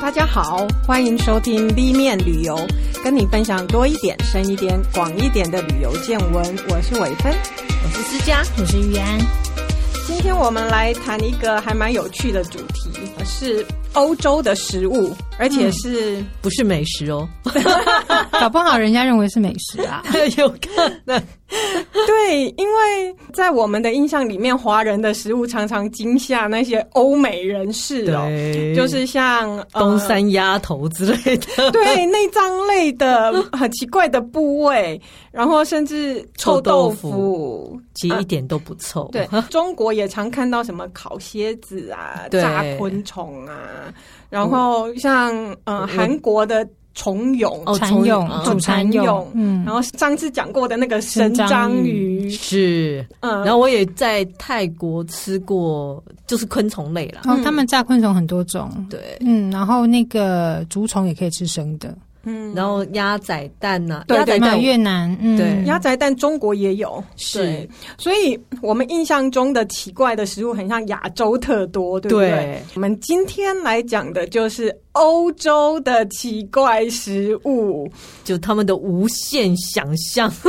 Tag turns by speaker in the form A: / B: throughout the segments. A: 大家好，欢迎收听 B 面旅游，跟你分享多一点、深一点、广一点的旅游见闻。我是伟芬，
B: 我是思佳，
C: 我是玉安。
A: 今天我们来谈一个还蛮有趣的主题，是欧洲的食物，而且是、
B: 不是美食哦，
C: 搞不好人家认为是美食 啊。
B: 有可能。嗯
A: 对，因为在我们的印象里面，华人的食物常常惊吓那些欧美人士哦，
B: 对
A: 就是像、呃
B: 东山鸭头之类的，
A: 对内脏类 的很奇怪的部位，然后甚至臭豆
B: 臭豆
A: 腐。
B: 腐 其实一点都不臭。
A: 对， 中国也常看到什么烤蝎子啊、
B: 对嗯
A: 炸昆虫啊，然后像嗯、呃、韩国的虫蛹，
B: 哦
C: 蚕蛹
B: 从，
C: 煮蚕蛹
A: 哦，
C: 嗯
A: 然，后上次讲过的那个神
C: 神
A: 章
C: 章
A: 鱼，
B: 是。
A: 嗯，
B: 然后我也在泰国吃过，就是昆虫类啦。
C: 然后他们炸昆虫很多种，
B: 对，
C: 嗯，然后那个竹虫也可以吃生的，
A: 嗯，
B: 然后鸭仔蛋呐、
A: 对
B: 鸭
A: 对
B: 仔
C: 嘛
B: 蛋
C: 越南，嗯，
B: 对
A: 鸭仔蛋中国也有，
B: 是
A: 所以我们印象中的奇怪的食物很像亚洲特多，对不对？
B: 对
A: 我们今天来讲的就是欧洲的奇怪食物。
B: 就他们的无限想象。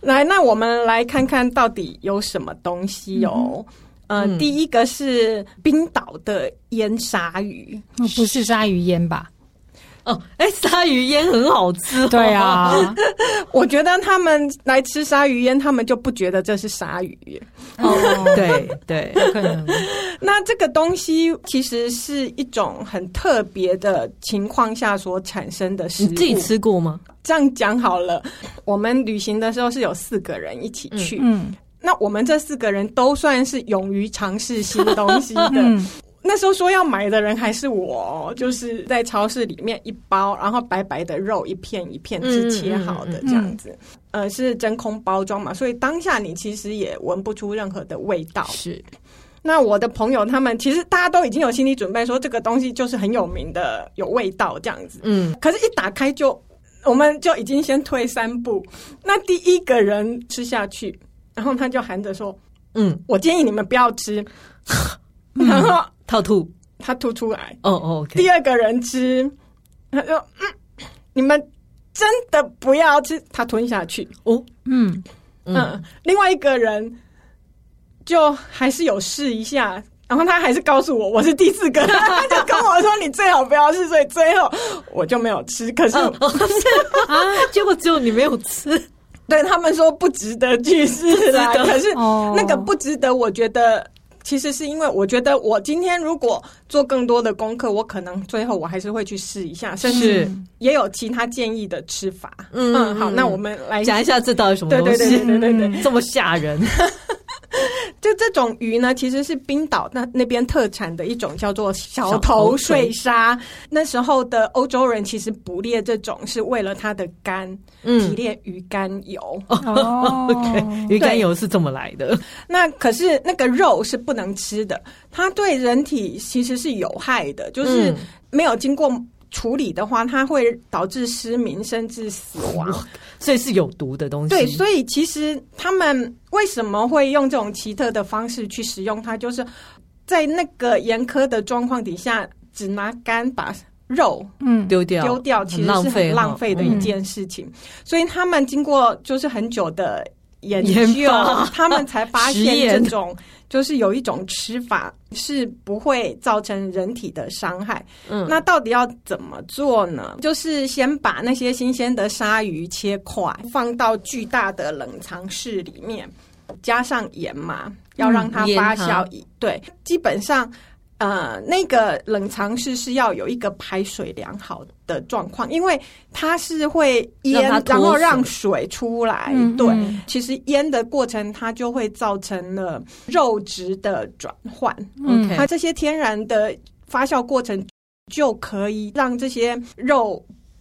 A: 来，那我们来看看到底有什么东西哦。呃，
B: 嗯
A: 第一个是冰岛的腌鲨鱼，
C: 哦不是鲨鱼烟吧？
B: 哦，哎，鲨鱼烟很好吃、哦。
C: 对，啊，
A: 我觉得他们来吃鲨鱼腌，他们就不觉得这是鲨鱼耶。
C: 哦，
B: 对对，
C: 有可能，
A: 那这个东西其实是一种很特别的情况下所产生的食
B: 你
A: 物。
B: 自己吃过吗？
A: 这样讲好了，我们旅行的时候是有四个人一起去，
C: 嗯
A: 那我们这四个人都算是勇于尝试新东西的。
C: 嗯，
A: 那时候说要买的人还是我，就是在超市里面一包，然后白白的肉一片一片是切好的
B: 嗯嗯
C: 嗯嗯
A: 这样子，呃，是真空包装嘛，所以当下你其实也闻不出任何的味道。
B: 是，
A: 那我的朋友他们其实大家都已经有心理准备，说这个东西就是很有名的，有味道这样子。
B: 嗯，
A: 可是，一打开就，我们就已经先退三步。那第一个人吃下去，然后他就含着说
B: 嗯，：“
A: 我建议你们不要吃。 然后
B: 套兔，
A: 他吐出来。
B: 哦哦，OK，
A: 第二个人吃，他说：“嗯，你们真的不要吃。”他吞下去。
B: 哦，
C: 嗯，
B: 嗯
A: 嗯，另外一个人就还是有试一下，然后他还是告诉我我是第四个， 他就跟我说你最好不要试，所以最后我就没有吃。可是
B: 嗯哦 是啊，结果只有你没有吃，
A: 对他们说不值得去试啦，
B: 不值得
A: 可是
C: 哦
A: 那个不值得，我觉得。其实是因为我觉得，我今天如果做更多的功课，我可能最后我还是会去试一下，甚至
B: 是
A: 也有其他建议的吃法。
B: 嗯
A: 嗯，好，
B: 嗯
A: 那
B: 嗯
A: 我们来
B: 讲一下这到底什么
A: 对
B: 东
A: 对
B: 西？嗯
A: 对对对对对，
B: 这么吓人，
A: 就这种鱼呢，其实是冰岛那那边特产的一种叫做小
B: 小
A: 头
B: 头
A: 碎
B: 水
A: 鲨。那时候的欧洲人其实捕猎这种是为了它的肝，提
B: 嗯，
A: 炼鱼肝油。
C: 哦，
B: 鱼肝油是这么来的，
A: 那可是那个肉是不能吃的，它对人体其实是有害的，就是
B: 嗯
A: 没有经过处理的话，它会导致失明甚至死亡。
B: 所以是有毒的东西。
A: 对，所以其实他们为什么会用这种奇特的方式去使用它，就是在那个严苛的状况底下，只拿肝把肉
C: 嗯，
B: 丢掉
A: 丢掉，其实是很
B: 很
A: 浪
B: 浪
A: 费
B: 费
A: 的
B: 哈
A: 一
C: 嗯
A: 件事情。所以他们经过就是很久的研
B: 研
A: 究
B: 发，
A: 他们才发
B: 实
A: 现
B: 验
A: 这种就是有一种吃法是不会造成人体的伤害。
B: 嗯
A: 那到底要怎么做呢？就是先把那些新鲜的鲨鱼切块，放到巨大的冷藏室里面，加上盐嘛，要让它
B: 嗯盐
A: 发
B: 哈
A: 酵。对，基本上。呃，那个冷藏室是要有一个排水良好的状况，因为它是会
B: 让
A: 淹
B: 它，
A: 然
B: 脱
A: 后
B: 水
A: 让水出来。
C: 嗯
A: 对，
C: 嗯
A: 其实淹的过程它就会造成了肉质的转换，
C: 嗯
B: OK
A: 它这些天然的发酵过程就可以让这些肉。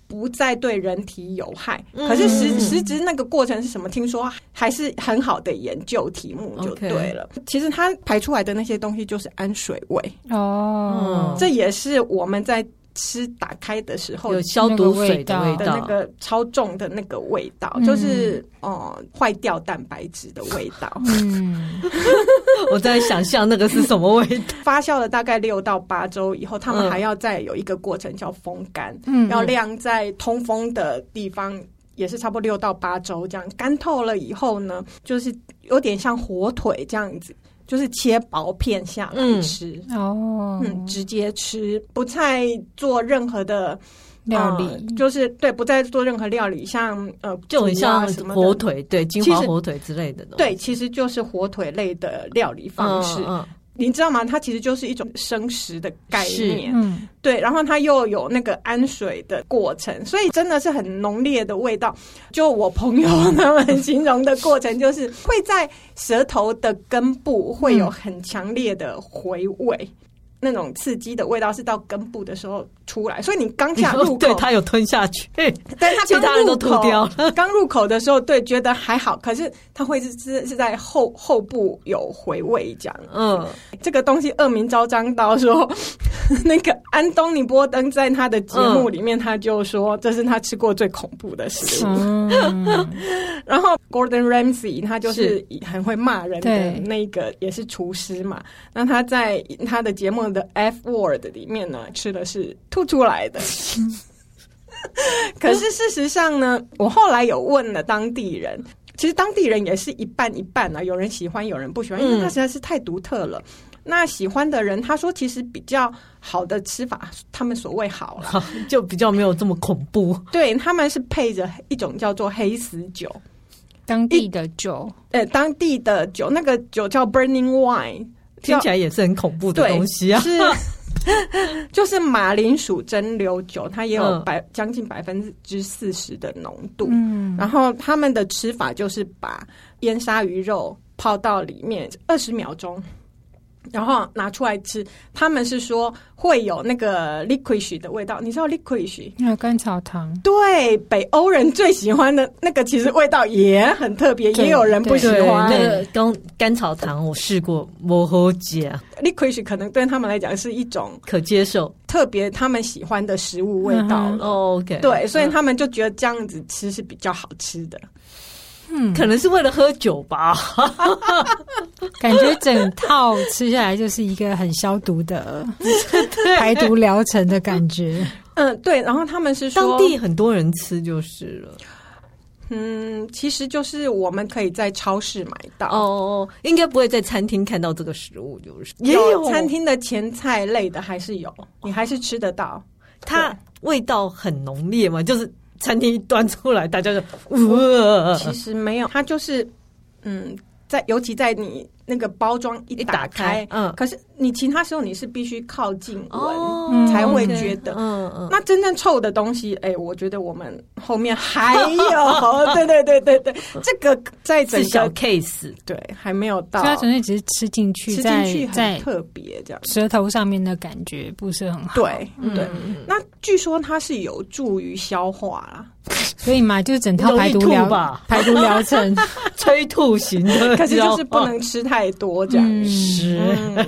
A: 不再对人体有害，
B: 嗯
A: 可是实
B: 嗯
A: 实质那个过程是什么？听说还是很好的研究题目就
B: OK
A: 对了。其实它排出来的那些东西就是氨水味，
C: 哦
B: 嗯，
A: 这也是我们在吃打开的时候
B: 有消毒水的
C: 那
B: 味
C: 个味
A: 的
B: 道，
A: 那个超重的那个味道，
C: 嗯。
A: 就是哦坏、掉蛋白质的味道
C: 嗯，
B: 我在想象那个是什么味 道。
A: 发酵了大概六到八周以后，他们
B: 嗯
A: 还要再有一个过程叫风干，
C: 嗯
A: 要晾在通风的地方。也是差不多六到八周这样，干透了以后呢，就是有点像火腿这样子，就是切薄片下来
B: 嗯
A: 吃，
C: 哦，
A: 嗯，直接吃，不再做任何的
C: 料
A: 呃
C: 理
A: 就是对，不再做任何料理，像呃，
B: 就很
A: 煮啊
B: 像
A: 什么的
B: 火。腿，对，金
A: 其
B: 华
A: 实
B: 火腿之类的东西
A: 对，其实就是火腿类的料理方式，
B: 嗯嗯
A: 你知道吗？它其实就是一种生食的概念，
C: 嗯
A: 对。然后它又有那个氨水的过程，所以真的是很浓烈的味道。就我朋友他们形容的过程，就是会在舌头的根部会有很强烈的回味，那种刺激的味道是到根部的时候出来。所以你刚 下入口，
B: 嗯对他有吞下去，
A: 但是它
B: 其
A: 刚
B: 他人都吐
A: 入口
B: 掉了。
A: 刚入口的时候，对，觉得还好，可是它会是是是在后后部有回味这样。
B: 嗯，
A: 这个东西恶名昭彰到说， 那个安东尼波登在他的节目里面，他就说这是他吃过最恐怖的食物。
C: 嗯，
A: 然后 Gordon Ramsay 他就是
B: 是
A: 以很会骂人的
C: 对
A: 那个也是厨师嘛，那他在他的节目的 F word 里面呢，吃的是吐出来 的。可是事实上呢，我后来有问了当地人。其实当地人也是一半一半啊，有人喜欢，有人不喜欢，因为
B: 嗯
A: 它实在是太独特了。那喜欢的人，他说其实比较好的吃法，他们所谓好了，
B: 好，就比较没有这么恐 怖。
A: 对他们是配着一种叫做黑死酒，
C: 当地的酒，
A: 呃当地的酒，那个酒叫 Burning Wine，
B: 听起来也是很恐怖的
A: 对
B: 东西啊！
A: 是就是 马铃薯蒸馏酒，它也有
B: 嗯
A: 百、将近百分之四十的浓度。
C: 嗯，
A: 然后他们的吃法就是把腌鲨鱼肉泡到里面二十秒钟。然后拿出来吃，他们是说会有那个 liquorice 的味道，你知道 liquorice？
C: 还有啊甘草糖，
A: 对，北欧人最喜欢的那个，其实味道也很特别，
C: 对
A: 也有人不喜
B: 对，
A: 欢。
B: 那个甘甘草糖我试过，我喝姐啊
A: liquorice 可能对他们来讲是一种
B: 可接受。
A: 特别他们喜欢的食物味道了。
B: 哦 OK，
A: 对，所以
B: 嗯
A: 他们就觉得这样子吃是比较好吃的。
C: 嗯，
B: 可能是为了喝酒吧。
C: 感觉整套吃下来就是一个很消毒的排毒疗程的感觉。
A: 嗯，对。然后他们是说，
B: 当地很多人吃就是了。
A: 嗯，其实就是我们可以在超市买到。
B: 哦，应该不会在餐厅看到这个食物，就是也
A: 有餐厅的前菜类的还是有，你还是吃得到。
B: 它味道很浓烈嘛，就是餐厅一端出来，大家就呃哇，
A: 嗯其实没有，它就是嗯，在尤其在你那个包装一
B: 一
A: 打
B: 打
A: 开，
B: 开，嗯，
A: 可是你其他时候你是必须靠近闻。
B: 哦
A: 才会
B: OK，
A: 觉得
B: 嗯嗯，
A: 那真正臭的东西，哎、我觉得我们后面还 有，对对对对对，这个在整
B: 是小
A: 个
B: case，
A: 对还没有到
C: 所以，它纯粹只是吃进去，
A: 吃进
C: 在
A: 去很
C: 在
A: 特别这样。
C: 舌头上面的感觉不是很好。
A: 对
B: 嗯
A: 对，那据说它是有助于消化 啦，
C: 所以嘛，就是整套排毒
B: 容易
C: 疗
B: 吐吧
C: 排毒疗程。
B: 催吐型 的，
A: 可是就是不
B: 你
A: 能吃太多这样。
C: 嗯
B: 知道吗食，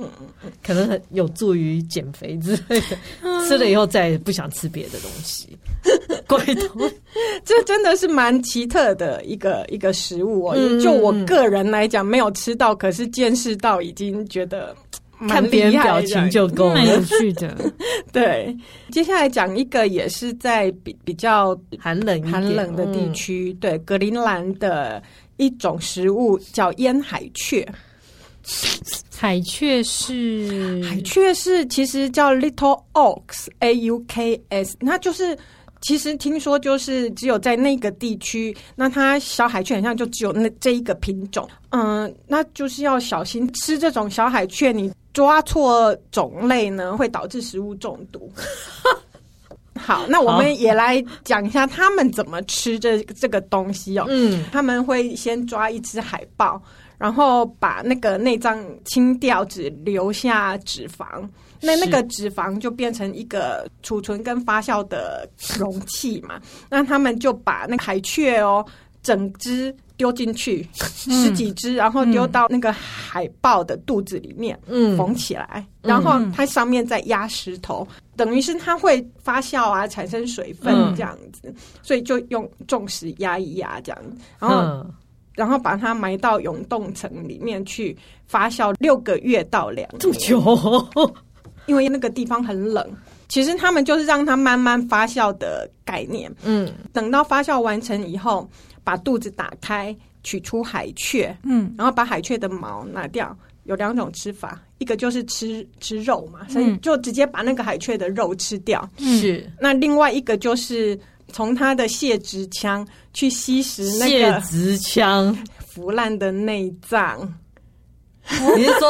A: 嗯，
B: 可能很有助于减肥之类的，吃了以后再也不想吃别的东 西，怪头，
A: 这真的是蛮奇特的一个一个食物哦。
B: 嗯
A: 就我个人来讲，没有吃到，可是见识到，已经觉得嗯蛮
B: 看别人
A: 厉害
B: 表
A: 这样
B: 情就够
C: 蛮
B: 了
C: 有，趣的，
A: 对。接下来讲一个也是在比比较
B: 寒冷一点嗯
A: 寒冷的地，区，对格陵兰的一种食物叫烟海雀。
C: 海雀
B: 嗯
C: 是
A: 海雀是其实叫 Little Auks A U K S，那就是其实听说就是只有在那个地区，那它小海雀好像就只有那这一个品种，嗯，那就是要小心吃这种小海雀，你抓错种类呢，会导致食物中 毒。好，那我
B: 好
A: 们也来讲一下他们怎么吃这这个东西哦。
B: 嗯
A: 他们会先抓一只海豹，然后把那个内脏清掉，只留下脂肪。那
B: 是
A: 那个脂肪就变成一个储存跟发酵的容器嘛。那他们就把那个海雀哦，整只丢进去
B: 嗯
A: 十几只，然后丢到那个海豹的肚子里面，
B: 嗯
A: 缝起来，然后它上面再压石头，等于是它会发酵啊，产生水分
B: 嗯
A: 这样子，所以就用重石压一压这样，然后、
B: 嗯，
A: 然后把它埋到永冻层里面去发酵六个月到两年
B: 这么 久，
A: 因为那个地方很冷。其实他们就是让它慢慢发酵的概念，
B: 嗯
A: 等到发酵完成以后，把肚子打开，取出海雀，
C: 嗯
A: 然后把海雀的毛拿掉。有两种吃法，一个就是吃吃肉嘛，所以就直接把那个海雀的肉吃掉。
B: 是
A: 那另外一个就是从它的泄殖腔去吸食那
B: 蟹
A: 个
B: 直腔，
A: 腐烂的内脏，
B: 你是说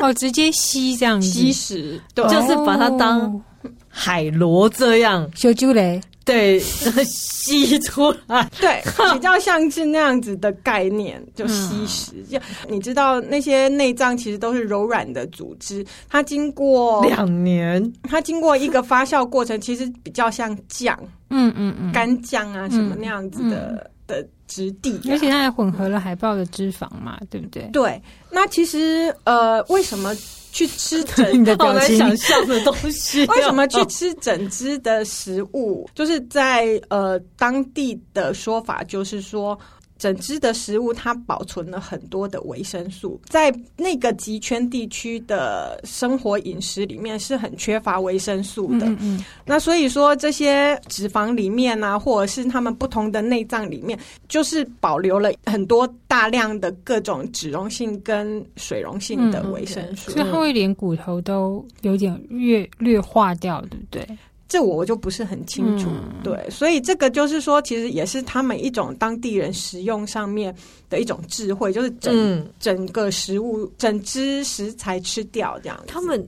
C: 哦，直接吸这样子，
A: 吸食对，
B: 就是把它当
C: 哦
B: 海螺这样
C: 小猪雷，
B: 对吸出来？
A: 对，比较像是那样子的概念，就吸食。就你知道那些内脏其实都是柔软的组织，它经过
B: 两 年，
A: 它经过一个发酵过程，其实比较像酱、
C: 嗯嗯嗯，
A: 干酱啊什么那样子的、的质地啊、
C: 而且它还混合了海豹的脂肪嘛，对不对？
A: 对，那其实呃，为什么去吃
C: 你
A: 整？
C: 的
B: 好
C: 表
B: 难
C: 情，
B: 想象的东西 哦，
A: 为什么去吃整只的食物？就是在呃当地的说法，就是说整只的食物它保存了很多的维生素，在那个极圈地区的生活饮食里面是很缺乏维生素的。
C: 嗯嗯
A: 那所以说，这些脂肪里面啊，或者是他们不同的内脏里面，就是保留了很多大量的各种脂溶性跟水溶性的维生素。
C: 所
B: 嗯
C: 以它会连骨头都有点略略化掉，对不对？
A: 这我我就不是很清楚。
B: 嗯
A: 对，所以这个就是说，其实也是他们一种当地人食用上面的一种智慧，就是整、
B: 嗯，
A: 整个食物、整只食材吃掉这样子。
B: 他们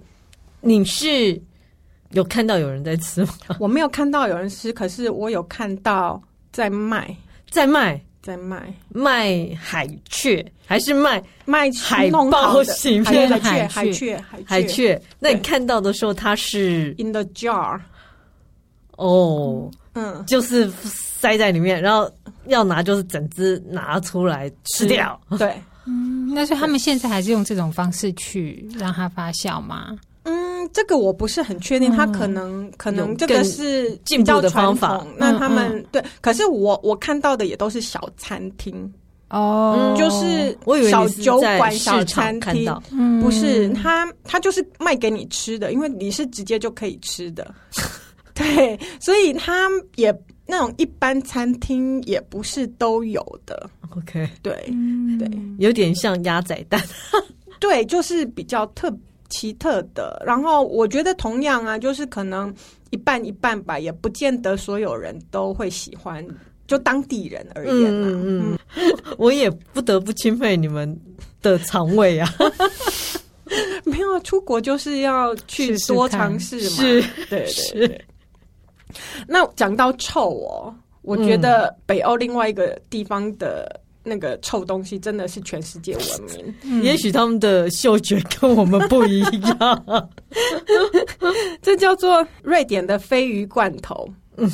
B: 你是有看到有人在吃吗？
A: 我没有看到有人吃，可是我有看到在卖，
B: 在卖
A: 在卖。
B: 卖海雀还是卖
A: 卖
B: 海
A: 弄好
B: 豹
A: 的
B: 型
A: 海
B: 片
A: 海雀、
C: 海
A: 海
C: 雀
A: 雀、海
B: 海雀？那你
A: 对
B: 看到的时候，它是
A: in the jar，
B: 哦，
A: 嗯，
B: 就是塞在里面，然后要拿就是整只拿出来吃掉。
A: 对，
C: 嗯，那所以他们现在还是用这种方式去让它发酵吗？
A: 嗯，这个我不是很确定，他可能可能这个是
B: 嗯进步的方法
A: 比较传统那他们
C: 嗯
A: 对，可是我我看到的也都是小餐厅，
C: 哦，
A: 嗯就是
B: 我以为
A: 小
B: 你
A: 酒
B: 是在
A: 馆、小
B: 市场
A: 餐
B: 看
A: 厅
B: 到。，
C: 嗯
A: 不是，他他就是卖给你吃的，因为你是直接就可以吃 的，对，所以他也那种一般餐厅也不是都有的，
B: OK，
A: 对，
C: 嗯
A: 对
B: 有点像鸭仔蛋。
A: 对，就是比较特奇特的。然后我觉得同样啊，就是可能一半一半吧，也不见得所有人都会喜欢，就当地人而言啊。
B: 嗯嗯嗯，我也不得不钦佩你们的肠胃啊，
A: 没有啊出国就是要去
C: 试试
A: 多
C: 看
A: 尝试嘛。
B: 是
A: 对对。
B: 是，
A: 那讲到臭哦，我觉
B: 嗯
A: 得北欧另外一个地方的。那个臭东西真的是全世界闻名，
C: 嗯
B: 也许他们的嗅觉跟我们不一样。
A: 这叫做瑞典的鲱鱼罐头。
B: 嗯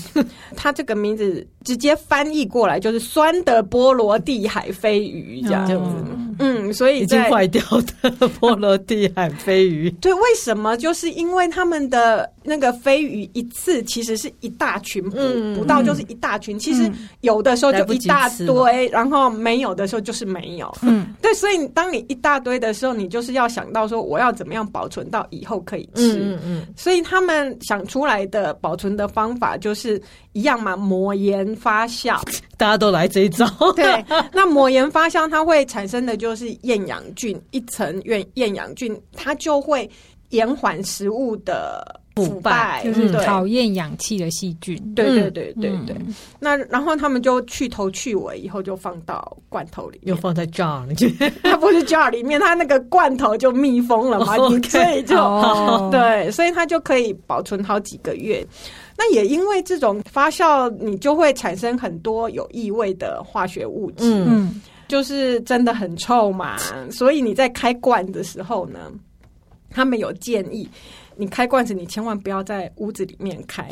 A: 它这个名字直接翻译过来就是酸的波罗的海鲱鱼
B: 啊
A: 这样子。
C: 哦
A: 嗯，所以
B: 已经
A: 在
B: 坏掉的波罗的海飞鱼，
A: 对，为什么？就是因为他们的那个鲱鱼一次其实是一大群捕，
B: 嗯
A: 捕到就是一大群。其实有的时候
B: 来
A: 就
B: 不
A: 一
B: 及
A: 大
B: 吃了
A: 堆，然后没有的时候就是没有。
C: 嗯，
A: 对，所以你当你一大堆的时候，你就是要想到说我要怎么样保存到以后可以吃。
B: 嗯嗯
A: 所以他们想出来的保存的方法就是一样嘛，磨盐发酵。
B: 嗯，大家都来这一招。
A: 对，那磨盐发酵它会产生的就是厌氧菌，一层厌厌氧菌，它就会延缓食物的腐
B: 腐败
A: 败，
C: 就是
A: 嗯对。
C: 讨厌氧气的细菌，
A: 对对
B: 嗯
A: 对对对，
C: 嗯
A: 那然后他们就去头去尾，以后就放到罐头里
B: 又
A: 面。
B: 放在 jar 里面，
A: 它不是 jar 里面，它那个罐头就密封了 嘛，你
B: OK
A: 所以就
C: 哦
A: 对，所以它就可以保存好几个月。那也因为这种发酵，你就会产生很多有异味的化学物质，
B: 嗯
C: 嗯，
A: 就是真的很臭嘛。所以你在开罐的时候呢，他们有建议，你开罐子，你千万不要在屋子里面开。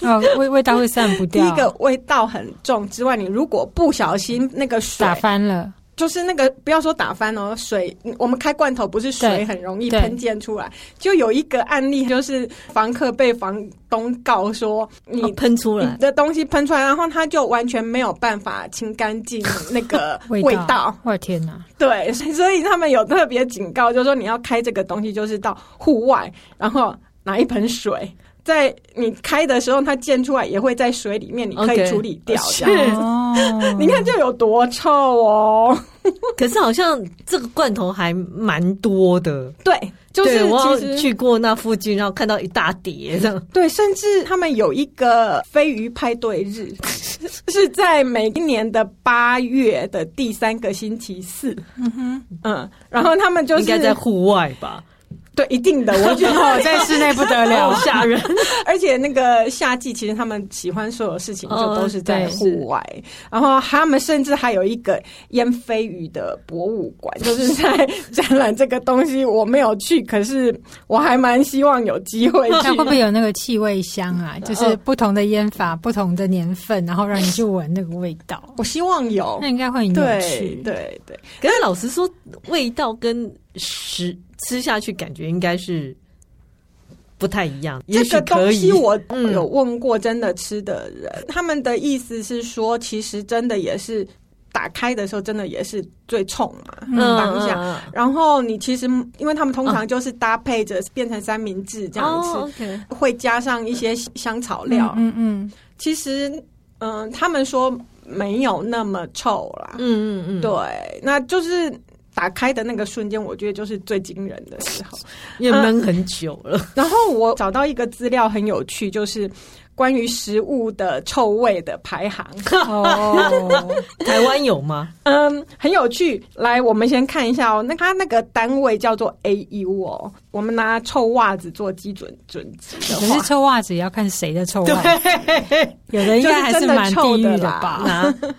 C: 哦，味味道会散不
A: 第
C: 掉。
A: 一个味道很重之外，你如果不小心那个水
C: 打翻了，
A: 就是那个不要说打翻哦，水我们开罐头不是水
C: 对
A: 很容易
C: 对
A: 喷溅出来，就有一个案例就是房客被房东告说你。
B: 哦喷出
A: 你
B: 来，
A: 的东西喷出来，然后他就完全没有办法清干净那 个
C: 味
A: 味
C: 道
A: 道，
C: 我的天哪！
A: 对，所以他们有特别警告，就是说你要开这个东西，就是到户外，然后拿一盆水，在你开的时候，它溅出来也会在水里面，你可以
B: OK
A: 处理掉。
B: 是
A: 这样
C: 哦，
A: 你看这有多臭哦！
B: 可是好像这个罐头还蛮多的，
A: 对，就是
B: 对我
A: 其
B: 有
A: 实
B: 去过那附近，然后看到一大叠这样。
A: 对，甚至他们有一个飞鱼派对日， 是在每一年的八月的第三个星期四。嗯哼，嗯，然后他们就
B: 应该在
A: 是
B: 户外吧，
A: 对一定的，我觉 得
C: 哦，在室内不得
B: 好
C: 了，
B: 吓 人！
A: 而且那个夏季，其实他们喜欢所有事情就
B: 哦
A: 都是在户外，然后他们甚至还有一个腌飞鱼的博物馆，就是在展览这个东西。我没有去，可是我还蛮希望有机 会
C: 那会不
A: 去。
C: 会有那个气味 香啊？
A: 哦
C: 就是不同的腌法、不同的年份，然后让你去闻那个味道，
A: 我希望有
C: 那，应该会很有
A: 哦对
C: 趣。
A: 对对，
B: 可是老实说，味道跟食吃下去感觉应该是不太一样。也
A: 这
B: 许
A: 个
B: 可
A: 东
B: 以
A: 西，我
B: 嗯
A: 有问过真的吃的人，他们的意思是说，其实真的也是打开的时候，真的也是最冲嘛，当下。
B: 嗯
A: 然后你其实，因为他们通常就是搭配着变成三明治这样吃，
B: 哦，OK，
A: 会加上一些香草料。
C: 嗯嗯
A: 其实，嗯、他们说没有那么臭啦。
B: 嗯嗯嗯，
A: 对，那就是打开的那个瞬间，我觉得就是最惊人的时候。
B: 因为闷很久了，
A: 然后我找到一个资料很有趣，就是关于食物的臭味的排行。
C: 嗯，哦，
B: 台湾有吗？
A: 嗯，很有趣。来，我们先看一下哦。那它那个单位叫做 AU 哦。我们拿臭袜子做基准准值的
C: 可
A: 话
C: 是，臭袜子也要看谁的臭袜子，有的应该还是蛮地狱
A: 就是真的臭的
C: 吧？
B: 拿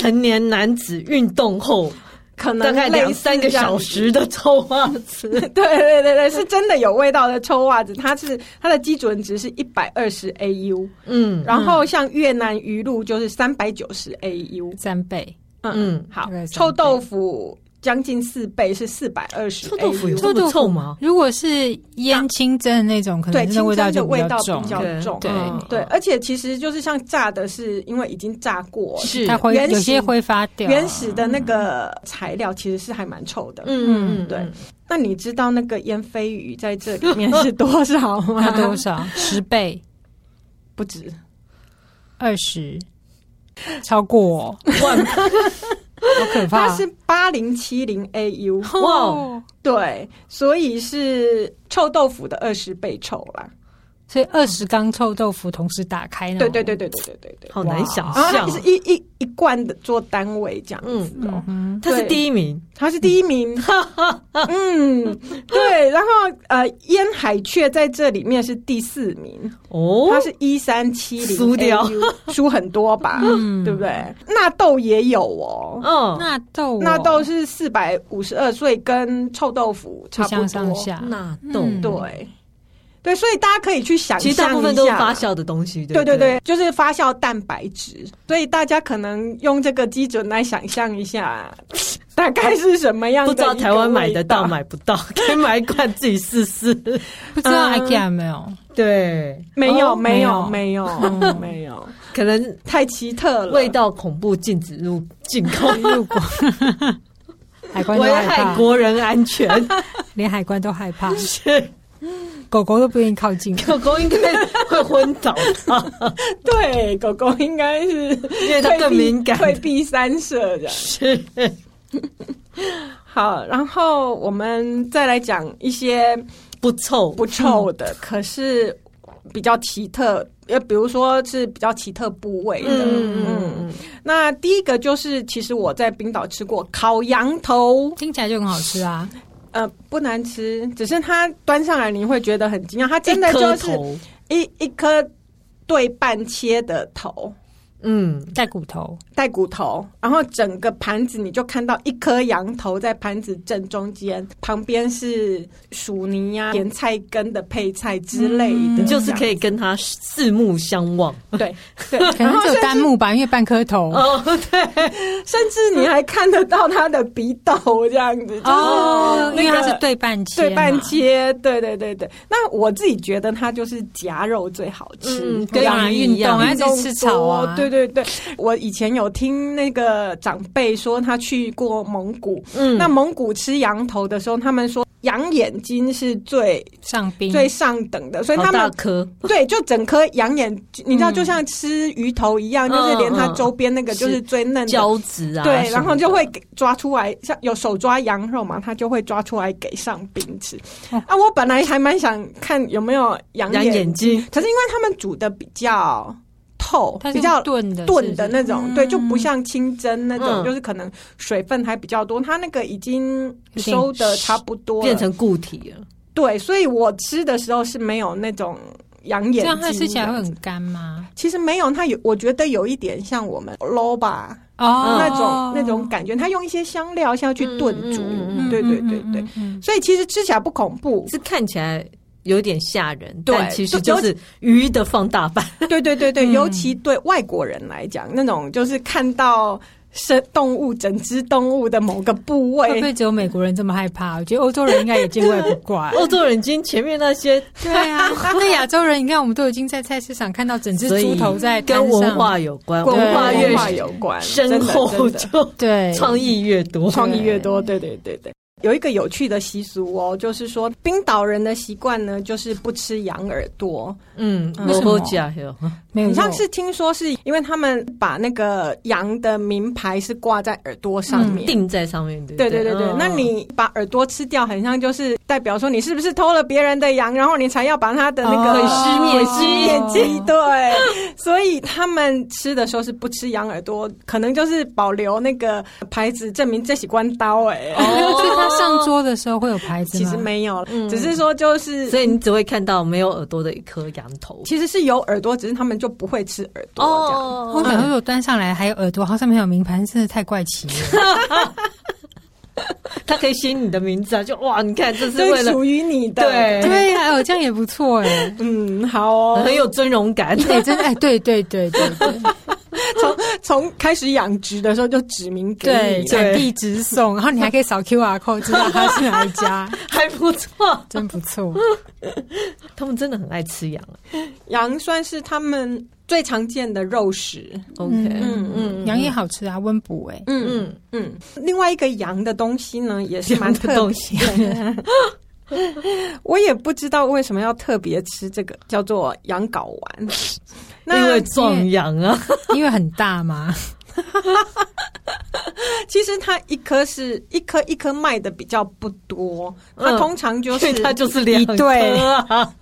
B: 成年男子运动后
A: 可能
B: 大概
A: 类
B: 两
A: 似
B: 三个
A: 这样
B: 小
A: 子。
B: 时的臭袜 子，
A: 对对对对，是真的有味道的臭袜子，它是它的基准值是一百二十 AU，
B: 嗯
A: 然后像越南鱼露就是三百九十 AU，
C: 三倍，
A: 嗯，
B: 嗯，
A: 好
C: 大概，三
A: 臭豆腐将近四倍是四百二十，
B: 臭豆腐有这
C: 豆
B: 么
C: 腐
B: 臭吗？
C: 如果是腌清蒸的那种，可
A: 啊对
C: 能那
A: 清
C: 味道
A: 蒸
C: 就
A: 的味道
C: 重
A: 比，较
B: 对
A: 重，
C: 对
B: 嗯
A: 对，而且其实就是像炸的，是因为已经炸过，
B: 是
C: 它会
A: 原始
C: 有些挥发掉。啊
B: 啊
A: 原始的那个材料其实是还蛮臭的。
B: 嗯嗯
A: 对那你知道那个腌飞鱼在这里面是多少 吗？
B: 啊
C: 它多少？十倍、
A: 不止，
C: 二十，超过哦、
B: 万
C: 好可怕！
A: 它是哦八零七零 AU，
B: 哦哇，
A: 对，所以是臭豆腐的二十倍臭啦。
C: 所以二十缸臭豆腐同时打开呢？
A: 对对对对对对对对。
B: 好难想
A: 然后它
B: 象
A: 啊是，一一一罐的做单位这样子哦，
C: 嗯哼，
B: 他是第一名，
A: 它是第一名。嗯，对，然后呃，腌海雀在这里面是第四名，
B: 哦，
A: 它是一三七零，
B: 输掉，
A: 输很多 吧，
C: 嗯
A: 对不对？纳豆也有哦，
B: 嗯，
C: 纳豆哦
A: 纳豆是四百五十二，所以跟臭豆腐差
C: 不
A: 不多
C: 相上。下，
B: 纳豆，
C: 嗯
A: 对，对，所以大家可以去想象
B: 其
A: 一
B: 实
A: 下，
B: 大部分都是发酵的东西，
A: 对
B: 对
A: 对对，就是发酵蛋白质，所以大家可能用这个基准来想象一下，大概是什么样
B: 不
A: 的？
B: 知道台湾买得到，买不 到，可以买一罐自己试试。
C: 不知道
A: 嗯
C: IKEA 有没有？
B: 对，
A: 没有？
C: 哦
A: 没有，没
C: 没
A: 有，
C: 嗯
A: 没有，
B: 可能
A: 太奇特了。
B: 味道恐怖，禁止入进口，
C: 入国海关都
B: 危
C: 害
B: 害
C: 怕，
B: 国人安全。
C: 连海关都害怕，
B: 是
C: 狗狗都不愿意靠近。
B: 狗狗应该会昏倒吧，
A: 对，狗狗应该 是
B: 因为它更敏感。
A: 退避三舍的。
B: 是，
A: 好，然后我们再来讲一些
B: 不臭，
A: 不臭
B: 嗯
A: 的，可是比较奇特，呃，比如说是比较奇特部位的。
B: 嗯
A: 嗯嗯。那第一个就是，其实我在冰岛吃过烤羊头，
C: 听起来就很好吃啊！
A: 呃，不难吃，只是它端上来你会觉得很惊讶，它真的
B: 一颗
A: 就是
B: 头，
A: 一一颗对半切的头。
B: 嗯，
C: 带骨头，
A: 带骨头，然后整个盘子你就看到一颗羊头在盘子正中间，旁边是薯泥呀、甜菜根的配菜之类的，
B: 你就是可
A: 以
B: 以跟他四目相望。
A: 对对，
C: 嗯 可能只有弹幕吧，因为半颗头。
B: 哦，对，
A: 甚至你还看得到它的鼻窦这样子，就是
C: 哦，因为它
A: 那
C: 是
A: 个
C: 对半切嘛，
A: 对半切，对对对对。那我自己觉得它就是夹肉最好吃，
B: 嗯
C: 对
B: 跟
C: 啊，
B: 你
C: 运
B: 一样
C: 动还是
A: 动
C: 吃草啊
A: 多，对对对，我以前有听那个长辈说他去过蒙古，
B: 嗯，
A: 那蒙古吃羊头的时候，他们说羊眼睛是最
C: 上冰，
A: 最上等的，所以
B: 好
A: 他
B: 大
A: 们
B: 颗，
A: 对就整颗羊眼睛，你知道
C: 嗯
A: 就像吃鱼头一样，
B: 嗯
A: 就是连它
B: 嗯
A: 周边那个就是
B: 是
A: 最嫩的。
B: 胶质啊，
A: 对，
B: 什么的
A: 然后就会给抓出来，像有手抓羊肉嘛，他就会抓出来给上冰吃。
C: 哦
A: 啊，我本来还蛮想看有没有羊
B: 养眼睛，
A: 可是因为他们煮的比较透，
C: 它是
A: 比较
C: 炖的，
A: 炖的那种，
C: 是不是嗯
A: 对，就不像清蒸那种，
B: 嗯
A: 就是可能水分还比较多，它那个已经
C: 有点
A: 收的差不多了
B: 变成固体了。
A: 对，所以我吃的时候是没有那种养眼睛
C: 这样它吃起来会
A: 的
C: 很干吗？
A: 其实没有，它有，我觉得有一点像我们 low 吧、
C: 哦，
A: 那种那种感觉，它用一些香料下去炖煮，
B: 嗯嗯
C: 嗯，
A: 对对对对，
C: 嗯，嗯
A: 所以其实吃起来不恐 怖，
B: 是看起来有点吓人，
A: 对
B: 但其实就是鱼的放大 版。
A: 对对对对，
C: 嗯
A: 尤其对外国人来讲，那种就是看到生动物整只动物的某个部
C: 会不
A: 位，
C: 会只有美国人这么害怕？我觉得欧洲人应该也见怪不 怪。
B: 欧洲人已经前面那些，
C: 对啊，那亚洲人，你看我们都已经在菜市场看到整只
B: 所
C: 猪
B: 以
C: 头在摊
B: 跟文
C: 上
B: 化有关，
A: 跟文化
B: 化越
A: 文化有关，
B: 深厚
A: 真的真的
B: 就
C: 对
B: 创意越多。
A: 创意越多。对对对对，有一个有趣的习俗哦，就是说冰岛人的习惯呢，就是不吃羊耳朵。
B: 嗯，
A: 嗯
B: 我
C: 为什么
B: 假有
C: 没有
A: 你
C: 用，
A: 上次听说是因为他们把那个羊的名牌是挂在耳朵上面。
B: 嗯定在上面，对不
A: 对
B: 对
A: 对对对，
B: 嗯
A: 那你把耳朵吃掉，很像就是代表说你是不是偷了别人的羊，然后你才要把他的那个
C: 哦
B: 毁尸灭迹
A: 面积。对，所以他们吃的时候是不吃羊耳朵，可能就是保留那个牌子，证明这是关刀哎、
B: 哦
C: 所以他上桌的时候会有牌子
A: 其
C: 吗？
A: 实没有，
B: 嗯
A: 只是说就是，
B: 所以你只会看到没有耳朵的一颗羊头。
A: 其实是有耳朵，只是他们就不会吃耳朵这
B: 哦
A: 样。
C: 我想说，如果端上来还有耳朵，然后上面还有名牌，真的太怪奇了。
B: 它可以写你的名字啊，就哇，你看这是
A: 这
B: 为
A: 是
B: 了
A: 属于你的，
B: 对哎
C: 对啊，哦，这样也不错哎。
A: 嗯，好 哦
B: 很，有尊荣感。
C: 对，真的哎，对对对对对
A: 从从开始养殖的时候就指明给
C: 对，
A: 你，
C: 产地直送，然后你还可以扫 QR code 知道它是哪一家，
B: 还不错，
C: 真不错。
B: 他们真的很爱吃羊啊。
A: 羊算是他们最常见的肉食，
B: OK，
A: 嗯
B: 嗯
C: 羊也好吃啊，温补哎。
A: 嗯
B: 嗯，
A: 嗯，另外一个羊的东西呢，也是蛮
B: 羊
A: 特
B: 的
A: 别
B: 东西，
A: 我也不知道为什么要特别吃这个叫做羊睾丸，
B: 因为
A: 那
B: 壮阳啊，
C: 因为很大嘛，
A: 其实它一颗是一颗一颗卖的比较不多，它
B: 嗯
A: 通常就
B: 所
A: 是
B: 以它就是两
C: 一对
B: 颗啊。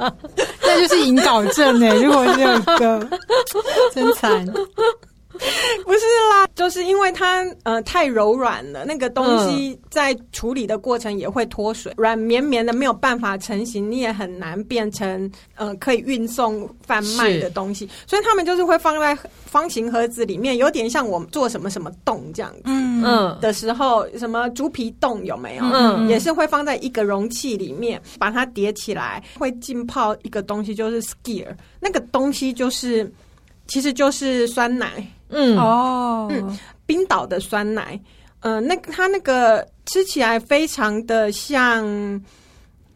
C: 那就是引导症哎。如果是有一个，真惨。
A: 不是啦，就是因为它呃太柔软了，那个东西在处理的过程也会脱水，软绵绵的没有办法成型，你也很难变成呃可以运送贩卖的东西，所以他们就是会放在方形盒子里面，有点像我们做什么什么冻这样子
C: 嗯
B: 嗯，
A: 的时候，什么猪皮冻有没有？
B: 嗯
A: 也是会放在一个容器里面，把它叠起来，会浸泡一个东西，就是 skyr，那个东西就是，其实就是酸奶，
B: 嗯，
C: 哦，
A: 嗯冰岛的酸奶，呃，那它那个吃起来非常的像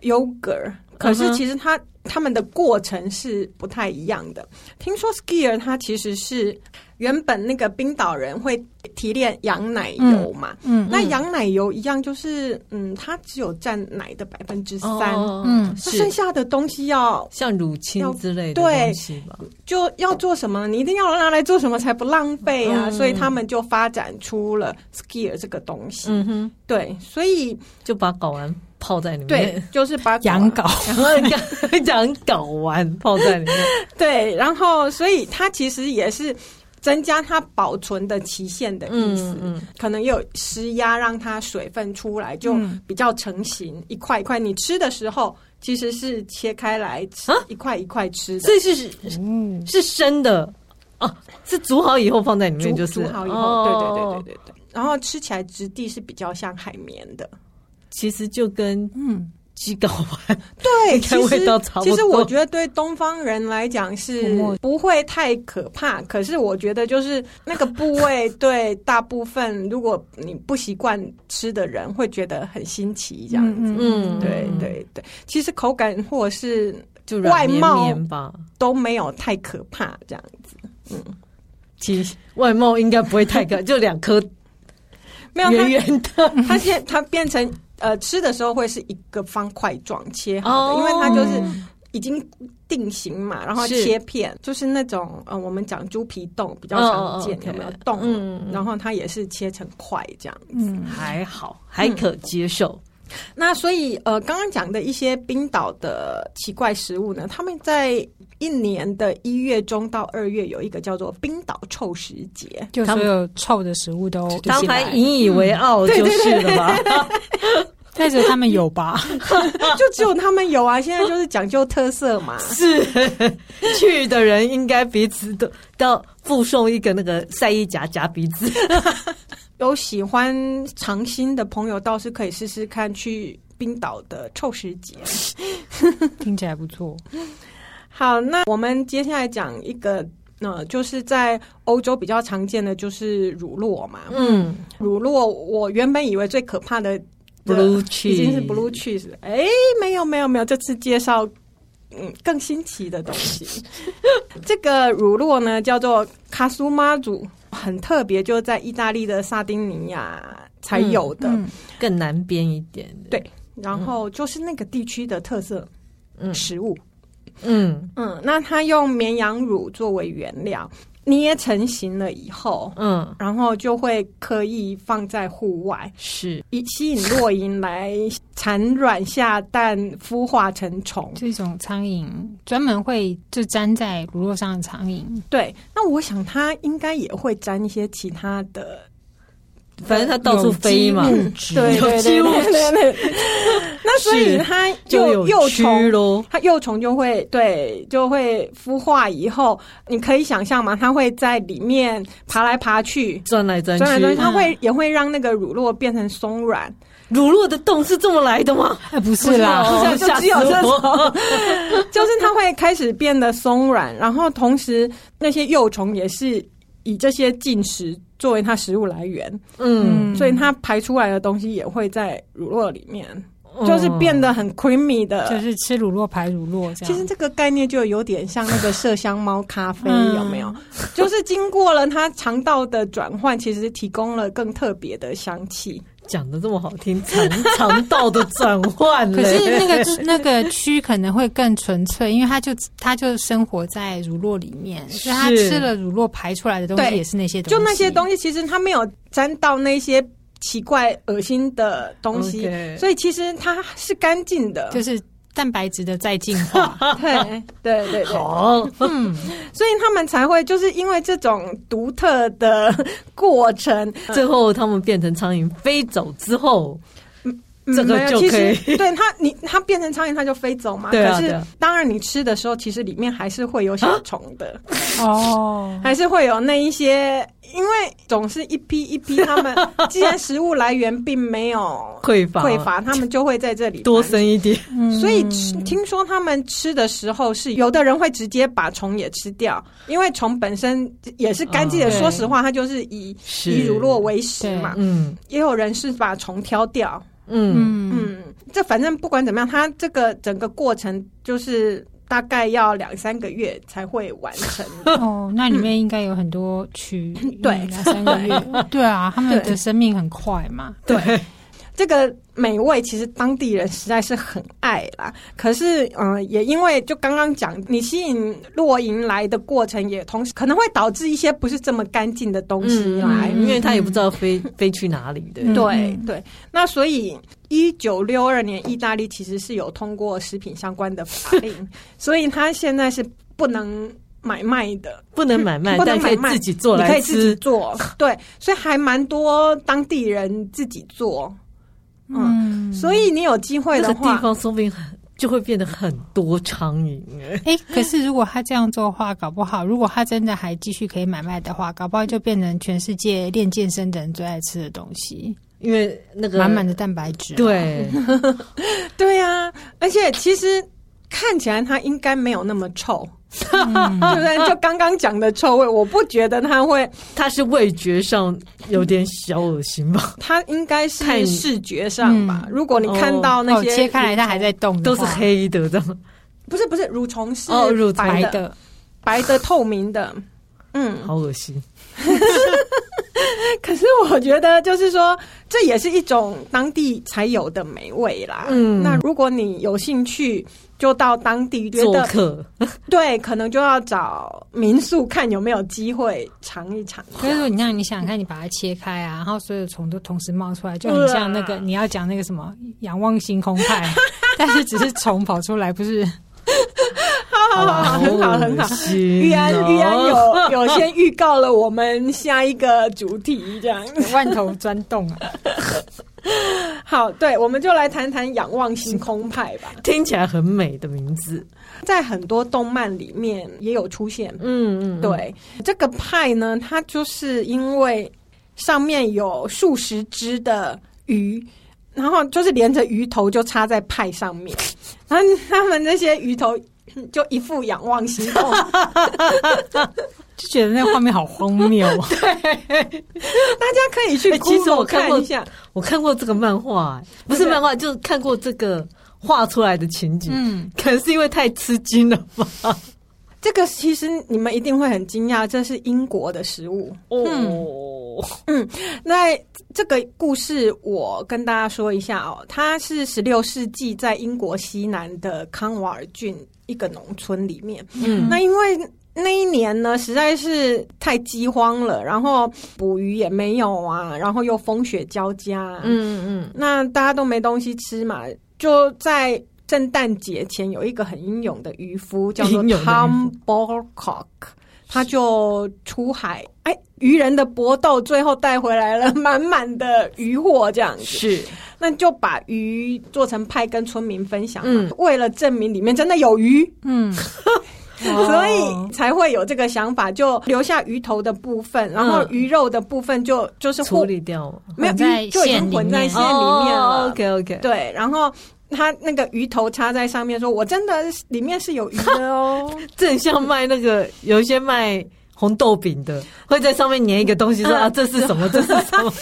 A: yogurt，可
B: 嗯
A: 是
B: 哼
A: 其实它它们的过程是不太一样的。听说 skier 它其实是原本那个冰岛人会提炼羊奶油嘛。
C: 嗯
A: 那羊奶油一样，就是嗯，它只有占奶的百分之三，
B: 哦
C: 嗯
A: 那剩
B: 是
A: 下的东西要
B: 像乳清之类的
A: 对
B: 东西吧？
A: 就要做什么，你一定要拿来做什么才不浪费啊！
B: 嗯
A: 所以他们就发展出了 skier 这个东西。
B: 嗯哼，
A: 对，所以
B: 就把睾丸泡在里
A: 对
B: 面，，
A: 就是把啊
C: 羊羔，
B: 然后嗯 羊羊睾丸泡在里面。
A: 对，然后所以它其实也是增加它保存的期限的意思，
B: 嗯嗯
A: 可能也有施压让它水分出来，就
C: 嗯
A: 比较成型，一块一块。你吃的时候其实是切开来吃，
B: 啊
A: 一块一块吃的。
B: 所以是是
C: 嗯，
B: 是生的哦，是煮好以后放在里
A: 煮
B: 面就是
A: 煮好以后，
B: 哦
A: 对对对对对对。然后吃起来质地是比较像海绵的，
B: 其实就跟
C: 嗯，
B: 鸡睾丸
A: 对，
B: 应
A: 其
B: 该
A: 实
B: 味道差不
A: 其
B: 多
A: 实我觉得对东方人来讲是
C: 不陌
A: 不会太可怕，可是我觉得就是那个部位对大部分如果你不习惯吃的人会觉得很新奇，这样子。
B: 嗯
A: 对对对，其实口感或者是
B: 就软绵
A: 外貌
B: 绵吧。
A: 都没有太可怕，这样子
B: 其实外貌应该不会太高，就两 颗
A: 没有它
B: 圆圆的，
A: 它现在它变成呃吃的时候会是一个方块状切好
B: 哦
A: 的，因为它就是已经定型嘛，然后
B: 是
A: 切片，就是那种呃，我们讲猪皮冻比较
B: 哦
A: 常见
B: 哦，
A: 有没有
B: OK
A: 冻？
B: 嗯嗯
A: 然后它也是切成块这样。
C: 嗯，
B: 还好，还可接受。
A: 嗯那所以呃，刚刚讲的一些冰岛的奇怪食物呢，他们在一年的一月中到二月有一个叫做冰岛臭食 节。
C: 就
B: 他
C: 所
B: 们
C: 有臭的食物都
B: 他
C: 进
B: 们还
C: 来
B: 引以为傲就是了
A: 嗯
B: 吧？
C: 但是他们有吧？
A: 就只有他们有啊，现在就是讲究特色嘛。
B: 是去的人应该彼此都都要附送一个那个晒衣夹夹鼻子，
A: 有喜欢尝新的朋友，倒是可以试试看去冰岛的臭食节。
C: 听起来不错。
A: 好，那我们接下来讲一个，呃，就是在欧洲比较常见的就是乳酪嘛。
B: 嗯
A: 乳酪，我原本以为最可怕的
B: ，blue cheese
A: 已经是 blue cheese，了哎，没有没有没有，这次介绍嗯更新奇的东西。这个乳酪呢叫做卡苏妈祖，很特别，就在意大利的萨丁尼亚才有的。
C: 嗯，
B: 更南边一点的，
A: 对然后就是那个地区的特色
B: 嗯
A: 食物。
B: 嗯
A: 嗯，那它用绵羊乳作为原料，捏成型了以后，
B: 嗯
A: 然后就会刻意放在户外，
B: 是
A: 以吸引落蝇来产卵下蛋，孵化成虫。
C: 这种苍蝇专门会就粘在乳酪上的苍蝇，
A: 对，那我想它应该也会沾一些其他的，
B: 反正它到处飞嘛，
C: 有
A: 呃对
B: 有
A: 对
B: 机
A: 对
B: 物
A: 对对对对。 那所以
B: 是
A: 它
B: 就
A: 幼
B: 有
A: 幼
B: 蛆
A: 虫。
B: 喽。
A: 它幼虫就会对，就会孵化以后，你可以想象嘛，它会在里面爬来爬去，
B: 钻来钻
A: 钻来钻去，
B: 去，
A: 它会也会让那个乳酪变成松软。
B: 乳酪的洞是这么来的吗？
C: 哎，不是啦，
A: 不是
B: 哦
A: 就
B: 吓
A: 只有
B: 死
A: 这
B: 我
A: 就是它会开始变得松软，然后同时那些幼虫也是以这些进食作为它食物来源，
B: 嗯，
A: 所以它排出来的东西也会在乳酪里面，就是变得很 creamy 的。
C: 哦就是吃乳酪排乳酪这样。
A: 其实这个概念就有点像那个麝香猫咖啡，
C: 嗯
A: 有没有？就是经过了它肠道的转换，其实提供了更特别的香气。
B: 讲的这么好听，肠 肠道的转换嘞。
C: 可是那个那个蛆可能会更纯粹，因为它就它就生活在乳酪里面，所以它
B: 是
C: 吃了乳酪排出来的东西
A: 对
C: 也是那些东西，
A: 就那些东西，其实它没有沾到那些奇怪、恶心的东西
B: OK
A: 所以其实它是干净的。
C: 就是啊蛋白质的再进化。
A: 对对对对，
B: 好，
C: 嗯，
A: 所以他们才会就是因为这种独特的过程，
B: 最后他们变成苍蝇飞走之后，
A: 嗯
B: 这个
A: 没有
B: 就
A: 其
B: 可以
A: 实对它，你它变成苍蝇，它就飞走嘛。
B: 对啊
A: 可
B: 对
A: 是
B: 啊
A: 当然，你吃的时候，其实里面还是会有小虫的。
C: 哦，
A: 还是会有那一些，因为总是一批一批，他 们既然食物来源并没有
B: 匮乏
A: 匮乏，他们就会在这里
B: 多
A: 繁
B: 生一点，
C: 嗯
A: 所以吃听说他们吃的时候是有的人会直接把虫也吃掉，因为虫本身也是干净的。
C: 嗯
A: 说实话，它就是以
B: 是
A: 以乳酪为食嘛。
B: 哦嗯
A: 也有人是把虫挑掉。
B: 嗯
C: 嗯，
A: 嗯，这反正不管怎么样，它这个整个过程就是大概要两三个月才会完成。
C: 哦，那里面应该有很多蛆，
A: 嗯对
C: 嗯两三个月，对啊，他 们
A: 对
C: 的生命很快嘛，
B: 对，
A: 这个美味其实当地人实在是很爱啦。可是，嗯、也因为就刚刚讲，你吸引落营来的过程，也同时可能会导致一些不是这么干净的东西来。
B: 嗯因为他也不知道飞 飞去哪里的，
C: 嗯
A: 对对，那所以一九六二年，意大利其实是有通过食品相关的法令，所以它现在是不能买卖的。
B: 不能买卖，
A: 不能
B: 但可
A: 买
B: 以
A: 卖
B: 自己做
A: 你可
B: 来
A: 以自己
B: 吃。
A: 做，对，所以还蛮多当地人自己做，嗯，
C: 嗯，
A: 所以你有机会
B: 那
A: 的
B: 个
A: 话，
B: 地方说不定很就会变得很多苍蝇哎。
C: 哎，可是如果他这样做的话，搞不好如果他真的还继续可以买卖的话，搞不好就变成全世界练健身的人最爱吃的东西，
B: 因为那个
C: 满满的蛋白质。，
B: 对，
A: 对啊，而且其实看起来它应该没有那么臭，
B: 嗯
A: 对不对？就刚刚讲的臭味，我不觉得它会，
B: 它是味觉上有点小恶 心吧，
A: 它应该
B: 看嗯
A: 是视觉上吧。如果你看到那
C: 哦，
A: 些、
C: 切开来它还在动，
B: 都是，黑的这样，
A: 不是不是蠕虫是
B: 哦蠕虫
A: 白
C: 白
A: 的
C: 的。
A: 白的透明的，嗯。
B: 好恶心。
A: 可是我觉得，就是说，这也是一种当地才有的美味啦。
B: 嗯
A: 那如果你有兴趣，就到当地觉
B: 做
A: 得
B: 客，
A: 对，可能就要找民宿看有没有机会尝一尝。
C: 可是如果你让你想想看，你把它切开啊，然后所有虫都同时冒出来，就很像那个
A: 哇
C: 你要讲那个什么仰望星空派， 但是只是虫跑出来，不 是？
A: 好好好，啊很好很好。
B: 玉
A: 玉安玉安有有先预告了我们下一个主题，这样
C: 万头钻洞啊！
A: 好，对，我们就来谈谈仰望星空派吧，
B: 听起来很美的名字，
A: 在很多动漫里面也有出现
B: 嗯嗯，
A: 对，这个派呢，它就是因为上面有数十只的鱼，然后就是连着鱼头就插在派上面，然后他们那些鱼头就一副仰望星 空，
C: 就觉得那画面好荒谬哦。
A: 大家可以去
B: 哎
A: Google
B: 其实我看
A: 看
B: 过
A: 一下，
B: 我看过这个漫画、哎不是
A: 对
B: 漫画，就是看过这个画出来的情景。
C: 嗯，
B: 可能是因为太吃惊了吧？
A: 这个其实你们一定会很惊讶，这是英国的食物。嗯
B: 哦，
A: 那这个故事我跟大家说一下哦，它是十六世纪在英国西南的康瓦尔郡一个农村里面。
B: 嗯
A: 那因为那一年呢，实在是太饥荒了，然后捕鱼也没有啊，然后又风雪交加，
B: 嗯嗯
A: 那大家都没东西吃嘛，就在圣诞节前有一个很英勇的渔夫叫做
B: 英勇的渔
A: Tom Bocock，他就出海，哎，渔人的搏斗，最后带回来了满满的渔获，这样
B: 嗯，
A: 子，
B: 是，
A: 那就把鱼做成派跟村民分享嘛。
B: 嗯
A: 为了证明里面真的有鱼，
C: 嗯，哦
A: 所以才会有这个想法，就留下鱼头的部分，然后鱼肉的部分就就是
B: 处
A: 混
B: 理掉了。
A: 没有
C: 混在
A: 鱼就已
C: 馅
A: 经
C: 里
A: 混在
C: 面
A: 馅里面了。
B: 哦 OK OK，
A: 对，然后他那个鱼头插在上面说，我真的是里面是有鱼的哦。
B: 这很像卖那个有一些卖红豆饼的，会在上面粘一个东西说、
A: 嗯
B: 啊这是什么，这是什么，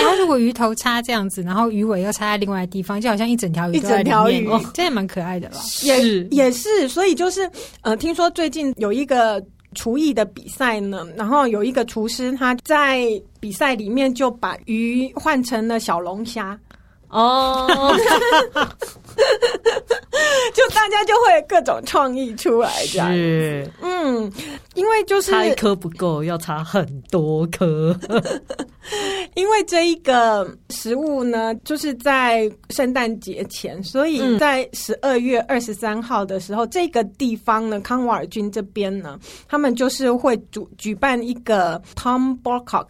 C: 然后如果鱼头插这样子，然后鱼尾又插在另外的地方，就好像一整条鱼
A: 一
C: 都在
A: 整
C: 里
A: 条
C: 面
A: 鱼
C: 哦这也蛮可爱的吧？
A: 也
B: 是
A: 也是，所以就是呃，听说最近有一个厨艺的比赛呢，然后有一个厨师他在比赛里面就把鱼换成了小龙虾，
B: 哦，
A: 就大家就会各种创意出来这样。
B: 是
A: 嗯，因为就是
B: 插一颗不够，要插很多颗，
A: 因为这一个食物呢，就是在圣诞节前，所
C: 嗯
A: 以在十二月二十三号的时候，这个地方呢，康瓦尔郡这边呢，他们就是会举举办一个 Tom Borcox，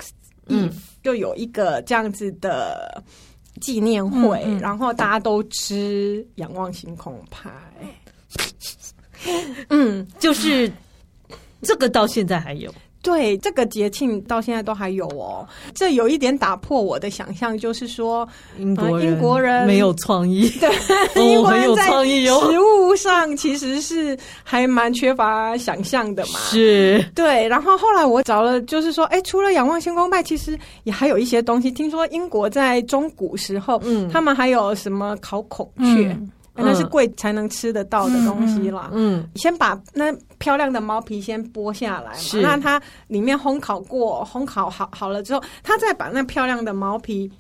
B: 嗯
A: 嗯，就有一个这样子的纪念会，
C: 嗯嗯
A: 然后大家都吃仰望星空派。 嗯，
B: 就是这个到现在还有，
A: 对，这个节庆到现在都还有哦。这有一点打破我的想象，就是 说，
B: 英国人、
A: 啊英国人
B: 没有创意，
A: 英
B: 哦，
A: 国
B: 很
A: 人
B: 有
A: 在
B: 创意哦，
A: 食物上其实是还蛮缺乏想象的嘛。
B: 是
A: 对，然后后来我找了，就是说，哎，除了仰望星空派，其实也还有一些东西。听说英国在中古时候，
B: 嗯
A: 他们还有什么烤孔雀，
C: 嗯
A: 哎那是贵才能吃得到的东西啦。
B: 嗯。
A: 先把那漂亮的毛皮先剥下来嘛，
B: 是
A: 那它里面烘烤过，烘烤好好了之后，它再把那漂亮的毛皮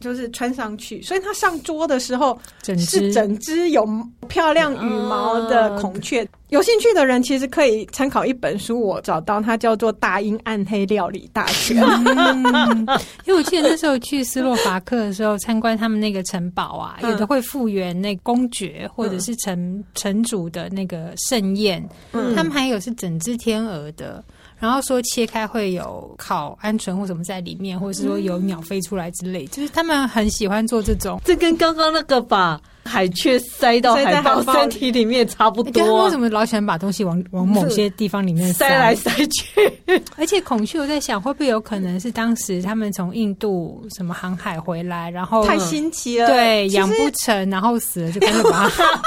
A: 就是穿上去，所以它上桌的时候
C: 整
A: 是
C: 只
A: 整只有漂亮羽毛的孔雀。
C: 嗯
A: 有兴趣的人其实可以参考一本书，我找到它叫做《大英暗黑料理大全》。
C: 嗯，因为我记得那时候去斯洛伐克的时候，参观他们那个城堡啊，
A: 嗯
C: 有的会复原那公爵或
B: 嗯
C: 者是城、城主的那个盛宴，
A: 嗯
C: 他们还有是整只天鹅的。然后说切开会有烤鹌鹑或什么在里面，或者是说有鸟飞出来之
B: 嗯
C: 类，就是他们很喜欢做这种。
B: 这跟刚刚那个把海雀塞到
A: 塞在
B: 海豹
A: 海豹
B: 身体里面也差不
C: 欸对他们
B: 多
C: 为
B: 啊
C: 什，么老喜欢把东西 往往某些地方里面塞
B: 塞来塞去。
C: 而且孔雀，我在想会不会有可能是当时他们从印度什么航海回来，然后
A: 太新奇了。
C: 对
A: 呃其实
C: 养不成，然后死了就干脆把 它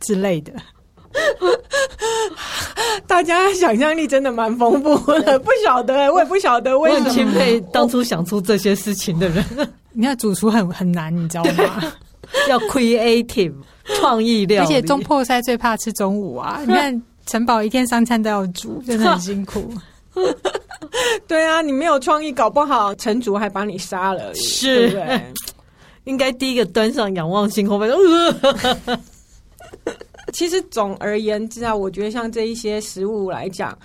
C: 之类的。
A: 大家想象力真的蛮丰富的，不晓得、我也不晓得
B: 我
A: 为什
B: 很
A: 么。
B: 钦佩当初想出这些事情的人，
C: 你看主厨很很难，你知道 吗？
B: 要 creative 创意料
C: 而
B: 理，
C: 且中破塞最怕吃中 午啊！你看城堡一天三餐都要煮，真的很辛苦。
A: 对啊，你没有创意，搞不好城主还把你杀了，对
B: 是
A: 不对？
B: 应该第一个端上仰望星空，发现 呃
A: 其实总而言之啊，我觉得像这一些食物来讲，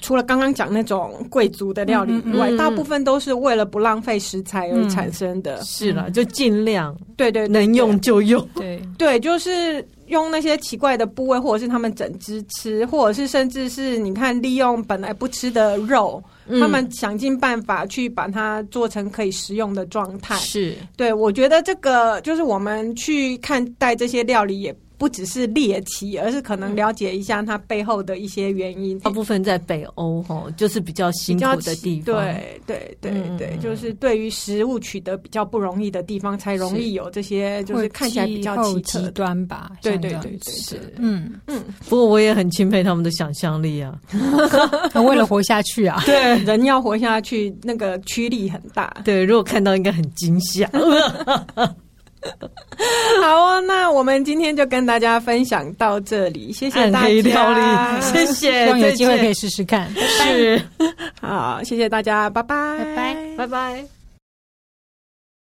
A: 除了刚刚讲那种贵族的料理以外，
B: 嗯嗯嗯
A: 大部分都是为了不浪费食材而产生的。
B: 是啦，嗯就尽量
A: 对对对，
B: 能用就用。
C: 对，
A: 对，就是用那些奇怪的部位，或者是他们整只吃，或者是甚至是你看利用本来不吃的肉，
B: 嗯
A: 他们想尽办法去把它做成可以食用的状态。
B: 是
A: 对，我觉得这个就是我们去看待这些料理也。不只是猎奇，而是可
B: 嗯
A: 能了解一下它背后的一些原因。
B: 大部分在北欧哈，就是比较辛
A: 比较
B: 苦的地方。，
A: 对对对对，
B: 嗯
A: 就是对于食物取得比较不容易的地方，才容
B: 是
A: 易有这些就
C: 或
A: 是看起来比较
C: 气候
A: 奇
C: 极
A: 特。
C: 端吧？
A: 对
C: 像
A: 对
C: 这样
A: 对对
C: 子
A: 对，
C: 嗯，
B: 不过我也很钦佩他们的想象力啊。
C: 他为了活下去啊
A: 对，人要活下去，那个驱力很大。
B: 对，如果看到应该很惊吓。
A: 好哦，那我们今天就跟大家分享到这里，谢谢
B: 暗
A: 大
B: 黑料
A: 家
B: 理，，谢
C: 希
B: 谢，
C: 望有机会可以
B: 以
C: 试试看。
B: 是，
A: 好，谢谢大家，拜拜，
C: 拜拜
B: 拜拜。